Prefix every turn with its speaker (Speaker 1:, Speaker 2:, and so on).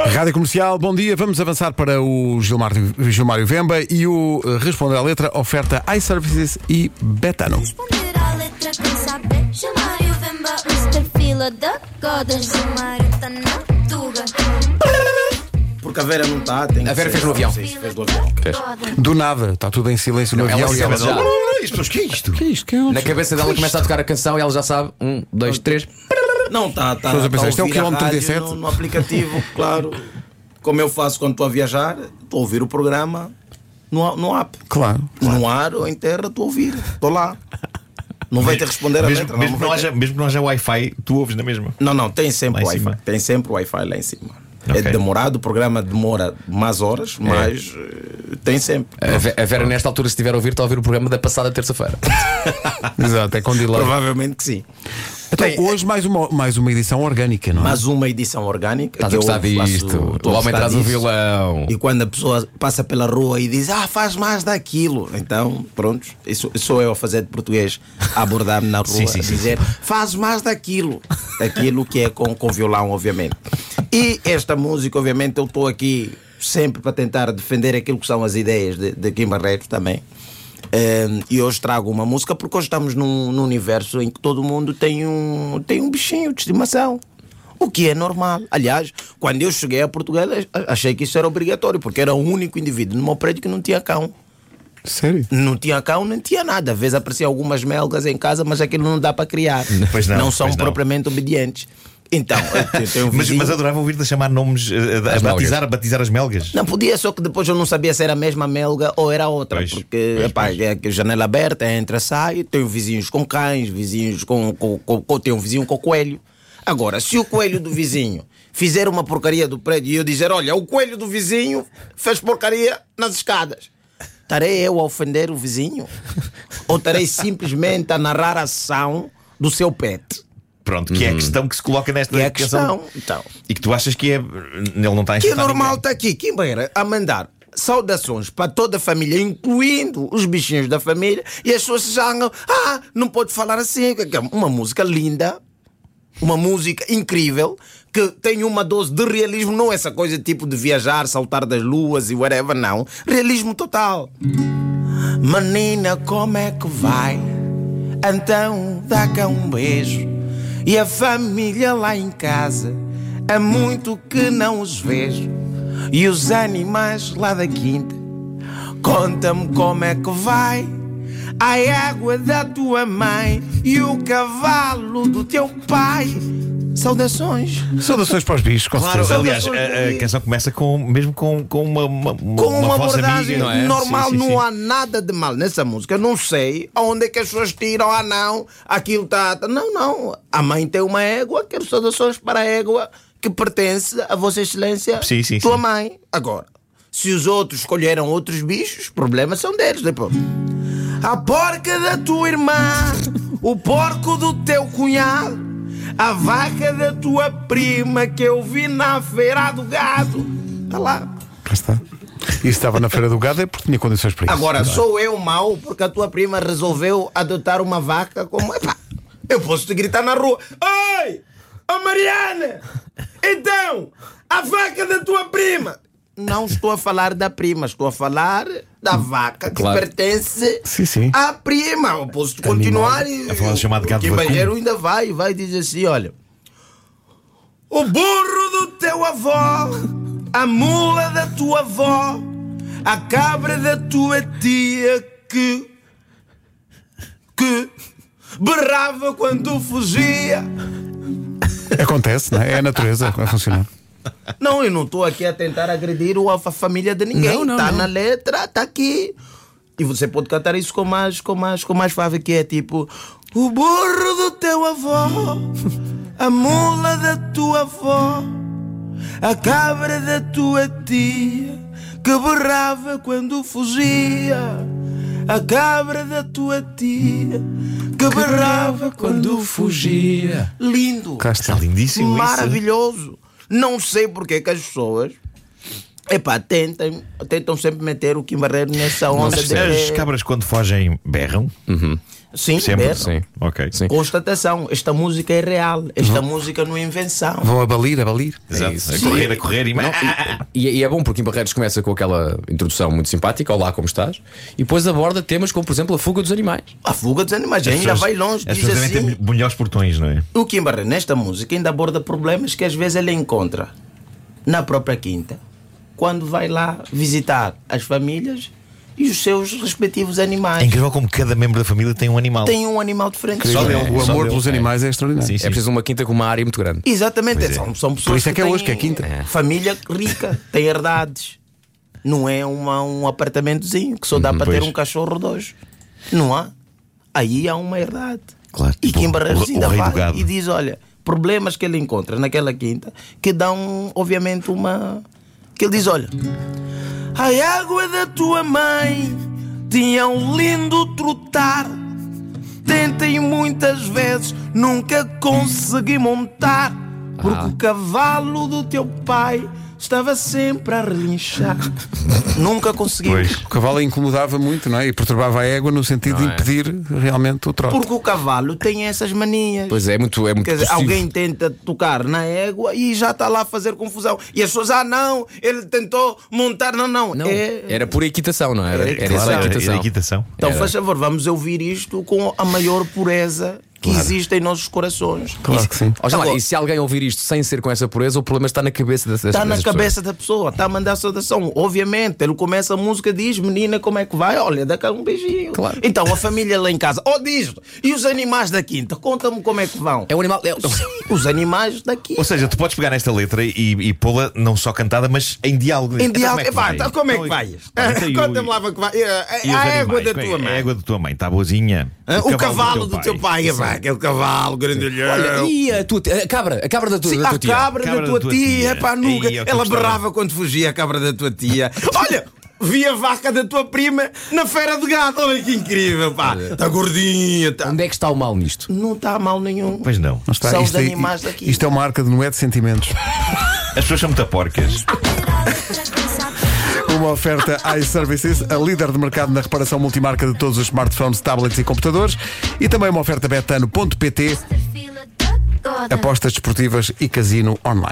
Speaker 1: Rádio Comercial, bom dia. Vamos avançar para o Gilmar, Gilmário Vemba e o eh, Responder à Letra oferta iServices e Betano.
Speaker 2: Responder à letra quem saber Chamar e o Vemba Os perfila da goda Gilmar está na tuga
Speaker 3: Porque a Vera não está, tem
Speaker 4: A Vera fez no avião.
Speaker 3: Fez do avião.
Speaker 2: Goda
Speaker 1: Do nada, está tudo em silêncio no avião
Speaker 4: ela
Speaker 1: e ela.
Speaker 4: sabe já.
Speaker 1: O que é isto? Que é isto? Que é
Speaker 4: Na cabeça dela começa a tocar a canção e ela já sabe. Um, dois, três.
Speaker 3: Não tá, está, está.
Speaker 1: Estás a pensar, isto é o quilómetro
Speaker 3: quilômetro
Speaker 1: 37?
Speaker 3: No, no aplicativo, claro. Como eu faço quando estou a viajar, estou a ouvir o programa no, no app.
Speaker 1: Claro.
Speaker 3: No ar ou em terra, estou a ouvir. Estou lá. Não vai ter que responder a
Speaker 5: mesmo,
Speaker 3: letra. não, é?
Speaker 5: mesmo, que não
Speaker 3: vai ter-
Speaker 5: haja, mesmo que não haja Wi-Fi, tu ouves na mesma.
Speaker 3: não, não, tem sempre
Speaker 5: Lá em
Speaker 3: Wi-Fi.
Speaker 5: cima.
Speaker 3: Tem sempre Wi-Fi lá em cima. É
Speaker 5: Ok.
Speaker 3: demorado, o programa demora mais horas, mas eh, tem sempre.
Speaker 4: A Ve- a Vera, nesta altura, se estiver a ouvir, está a ouvir o programa da passada terça-feira.
Speaker 1: Exato, é com delay.
Speaker 3: Provavelmente que sim.
Speaker 1: Então,
Speaker 3: Bem,
Speaker 1: hoje mais uma, mais uma edição orgânica, não é?
Speaker 3: mais uma edição orgânica.
Speaker 4: Estás
Speaker 3: que
Speaker 4: a
Speaker 3: eu
Speaker 4: gostar
Speaker 3: faço-
Speaker 4: disto. O
Speaker 3: estou a
Speaker 4: homem
Speaker 3: gostar
Speaker 4: traz o
Speaker 3: disso.
Speaker 4: violão.
Speaker 3: E quando a pessoa passa pela rua e diz, ah, faz mais daquilo. Então, pronto, isso sou eu a fazer de português, a abordar-me na rua, a dizer, faz mais daquilo. Daquilo que é com, com violão, obviamente. E esta música, obviamente, eu estou aqui sempre para tentar defender aquilo que são as ideias de, de Kim Barreto também. Ehm, e hoje trago uma música porque hoje estamos num, num universo em que todo mundo tem um, tem um bichinho de estimação. O que é normal. Aliás, quando eu cheguei a Portugal, a- achei que isso era obrigatório, porque era o único indivíduo no meu prédio que não tinha cão.
Speaker 1: Sério?
Speaker 3: Não tinha cão, nem tinha nada. Às vezes apareciam algumas melgas em casa, mas aquilo não dá para criar.
Speaker 5: Pois não,
Speaker 3: são
Speaker 5: pois não.
Speaker 3: propriamente obedientes. Então, eu tenho um
Speaker 5: Mas,
Speaker 3: vizinho-
Speaker 5: mas adorava ouvir-te a chamar nomes, a- a, a
Speaker 4: As
Speaker 5: batizar, a batizar as melgas.
Speaker 3: Não podia, só que depois eu não sabia se era a mesma melga ou era outra.
Speaker 5: Pois,
Speaker 3: porque,
Speaker 5: pois,
Speaker 3: epá,
Speaker 5: pois.
Speaker 3: é que janela aberta, entra, sai, tenho vizinhos com cães, vizinhos com. com, com, com tenho um vizinho com coelho. Agora, se o coelho do vizinho fizer uma porcaria do prédio e eu dizer, olha, o coelho do vizinho fez porcaria nas escadas. Estarei eu a ofender o vizinho? Ou estarei simplesmente a narrar a ação do seu pet?
Speaker 5: Pronto,
Speaker 4: Uhum.
Speaker 5: que é a questão que se coloca nesta
Speaker 3: Que é a
Speaker 5: canção.
Speaker 3: questão. Então,
Speaker 5: E que tu achas que é. Ele não está a
Speaker 3: Que é
Speaker 5: insultar
Speaker 3: normal
Speaker 5: ninguém.
Speaker 3: estar aqui, Kim Barreira, a mandar saudações para toda a família, incluindo os bichinhos da família, e as pessoas já andam, ah, não pode falar assim. que é Uma música linda, uma música incrível, que tem uma dose de realismo, não essa coisa tipo de viajar, saltar das luas e whatever, não. Realismo total. Menina, como é que vai? Então dá cá um beijo. E a família lá em casa, há muito que não os vejo. E os animais lá da quinta, conta-me como é que vai. A água da tua mãe e o cavalo do teu pai. Saudações.
Speaker 1: Saudações para os bichos, com
Speaker 3: Claro,
Speaker 1: certeza.
Speaker 5: Aliás, a, a canção começa com, mesmo com, com uma, uma,
Speaker 3: com uma,
Speaker 5: voz
Speaker 3: abordagem
Speaker 5: amiga, não é?
Speaker 3: normal,
Speaker 5: Sim, sim, sim.
Speaker 3: não há nada de mal nessa música. Eu não sei aonde é que as pessoas tiram, ah não, aquilo está. Não, não. A mãe tem uma égua, quero saudações para a égua que pertence a Vossa Excelência,
Speaker 5: Sim, sim,
Speaker 3: tua
Speaker 5: sim.
Speaker 3: mãe. Agora, se os outros escolheram outros bichos, problemas são deles depois. A porca da tua irmã, o porco do teu cunhado, a vaca da tua prima que eu vi na feira do gado. Está lá.
Speaker 1: Cá está. Isso estava na Feira do Gado é porque tinha condições para isso. é?
Speaker 3: Agora, sou eu mau porque a tua prima resolveu adotar uma vaca como. Epá, eu posso te gritar na rua: Oi! Ô Mariana! Então, a vaca da tua prima! Não estou a falar da prima, estou a falar da vaca que
Speaker 4: Claro.
Speaker 3: pertence
Speaker 1: Sim, sim.
Speaker 3: à prima. Eu posso continuar e.
Speaker 5: A falar do chamado gado
Speaker 3: Que
Speaker 5: vacuno.
Speaker 3: banheiro ainda vai, vai e diz assim: olha. O burro do teu avó, a mula da tua avó, a cabra da tua tia que. que. berrava quando fugia.
Speaker 1: Acontece, não é? É a natureza a funcionar.
Speaker 3: Não, eu não estou aqui a tentar agredir o- a família de ninguém.
Speaker 4: Não, não,
Speaker 3: tá
Speaker 4: não.
Speaker 3: na letra, tá aqui. E você pode cantar isso com mais, com mais, com mais fave, que é tipo: O burro do teu avó, a mula da tua avó, a cabra da tua tia, que berrava quando fugia. A cabra da tua tia, que berrava quando fugia. Lindo!
Speaker 1: Cá está.
Speaker 5: né? Está lindíssimo isso.
Speaker 3: Maravilhoso. Não sei porque é que as pessoas Epá, tentem, tentam sempre meter o Kim Barreiro nessa onda de.
Speaker 5: As cabras quando fogem berram?
Speaker 3: Sim,
Speaker 5: Sempre?
Speaker 3: berram.
Speaker 4: Sim.
Speaker 5: Ok.
Speaker 4: Hum. Sim.
Speaker 3: Constatação, esta música é real, esta
Speaker 5: Uhum.
Speaker 3: música não é invenção.
Speaker 1: Vão abalir, abalir.
Speaker 5: Exato.
Speaker 4: É isso.
Speaker 5: A correr, a correr e.
Speaker 4: E, e é bom porque em Barreiros começa com aquela introdução muito simpática, Olá, como estás? E depois aborda temas como, por exemplo, a fuga dos animais.
Speaker 3: A fuga dos animais ainda
Speaker 5: As pessoas-
Speaker 3: vai longe,
Speaker 5: As
Speaker 3: diz
Speaker 5: pessoas também
Speaker 3: assim.
Speaker 5: têm melhores portões, não é?
Speaker 3: O Kim Barreiro, nesta música, ainda aborda problemas que às vezes ele encontra na própria quinta, quando vai lá visitar as famílias e os seus respectivos
Speaker 5: É
Speaker 3: animais.
Speaker 5: incrível como cada membro da família tem um animal.
Speaker 3: Tem um animal diferente.
Speaker 5: Só dele.
Speaker 1: O
Speaker 5: Só
Speaker 1: amor
Speaker 5: dele,
Speaker 1: pelos
Speaker 5: é.
Speaker 1: animais é extraordinário.
Speaker 5: Sim,
Speaker 4: É preciso uma quinta com uma área muito grande.
Speaker 3: Exatamente,
Speaker 5: é.
Speaker 3: são, são pessoas
Speaker 1: isso é que é
Speaker 3: têm
Speaker 1: hoje, que é quinta. É.
Speaker 3: Família rica, tem herdades. Não é uma, um apartamentozinho que só dá para ter
Speaker 5: Uhum, pois.
Speaker 3: um cachorro ou dois. Não há. Aí há uma herdade.
Speaker 5: Claro,
Speaker 3: E
Speaker 5: tipo,
Speaker 3: Kim Barreiros
Speaker 5: o- o
Speaker 3: ainda
Speaker 5: rei do
Speaker 3: vai
Speaker 5: gado.
Speaker 3: e diz: olha, problemas que ele encontra naquela quinta que dão, obviamente, uma. Que ele diz: olha, a água da tua mãe tinha um lindo trotar. Tentem muitas vezes, nunca consegui montar. Porque o cavalo do teu pai estava sempre a relinchar. nunca consegui.
Speaker 5: Pois.
Speaker 1: O cavalo incomodava muito, não é? E perturbava a égua no sentido de impedir realmente o trote.
Speaker 3: Porque o cavalo tem essas manias.
Speaker 4: Pois é, é muito, é muito
Speaker 3: Quer dizer,
Speaker 4: possível.
Speaker 3: alguém tenta tocar na égua e já está lá a fazer confusão. E as pessoas, ah, não, ele tentou montar. Não, não.
Speaker 4: Não,
Speaker 3: é-
Speaker 4: era pura equitação, não
Speaker 3: Era
Speaker 4: era? Era,
Speaker 3: equitação.
Speaker 4: só
Speaker 5: Claro,
Speaker 4: equitação.
Speaker 5: era equitação.
Speaker 3: Então,
Speaker 4: Era.
Speaker 3: faz favor, vamos ouvir isto com a maior pureza que existe em nossos corações.
Speaker 1: Claro que sim.
Speaker 4: Olha lá,
Speaker 3: Agora-
Speaker 4: e se alguém ouvir isto sem ser com essa pureza, o problema está na cabeça dessa
Speaker 3: Está tá na cabeça da pessoa, está a mandar saudação. Obviamente, ele começa a música, diz: Menina, como é que vai? Olha, dá cá um beijinho.
Speaker 4: Claro.
Speaker 3: Então a família lá em casa, ó, diz e os animais da quinta? Conta-me como é que vão.
Speaker 4: É um animal. É...
Speaker 3: Os animais da quinta.
Speaker 5: Ou seja, tu podes pegar nesta letra e, e pôla não só cantada, mas em diálogo.
Speaker 3: Em
Speaker 5: Então,
Speaker 3: diálogo,
Speaker 5: como é que
Speaker 3: Epá,
Speaker 5: vai?
Speaker 3: então como é que
Speaker 5: Então,
Speaker 3: vais?
Speaker 5: então, e o-
Speaker 3: Conta-me lá como é que vai.
Speaker 5: e os
Speaker 3: A égua
Speaker 5: animais?
Speaker 3: da
Speaker 5: Como
Speaker 3: tua
Speaker 5: é que é?
Speaker 3: mãe.
Speaker 5: A égua da tua mãe, está boazinha.
Speaker 3: Hã?
Speaker 5: E
Speaker 3: O cavalo do teu pai, vai, aquele cavalo grandalhão.
Speaker 4: Olha, e a tua tia- a cabra, a cabra da tua,
Speaker 3: Sim,
Speaker 4: da
Speaker 3: a
Speaker 4: tua tia.
Speaker 3: cabra,
Speaker 5: Cabra
Speaker 3: da tua, tia, pá, nuga.
Speaker 5: Ei, eu é que
Speaker 3: Ela
Speaker 5: gostava.
Speaker 3: berrava quando fugia a cabra da tua tia. Olha, vi a vaca da tua prima na feira de gado. Olha que incrível, pá. Está gordinha, tá.
Speaker 4: Onde é que está o mal nisto?
Speaker 3: Não está mal nenhum.
Speaker 5: Pois não.
Speaker 1: Não está,
Speaker 3: São os
Speaker 1: isto, é-
Speaker 3: animais daqui.
Speaker 1: isto é uma arca de Noé de sentimentos.
Speaker 5: As pessoas são muito porcas.
Speaker 1: Uma oferta iServices, a líder de mercado na reparação multimarca de todos os smartphones, tablets e computadores. E também uma oferta betano.pt,
Speaker 2: Mr. Fila da Goda.
Speaker 1: apostas desportivas e casino online.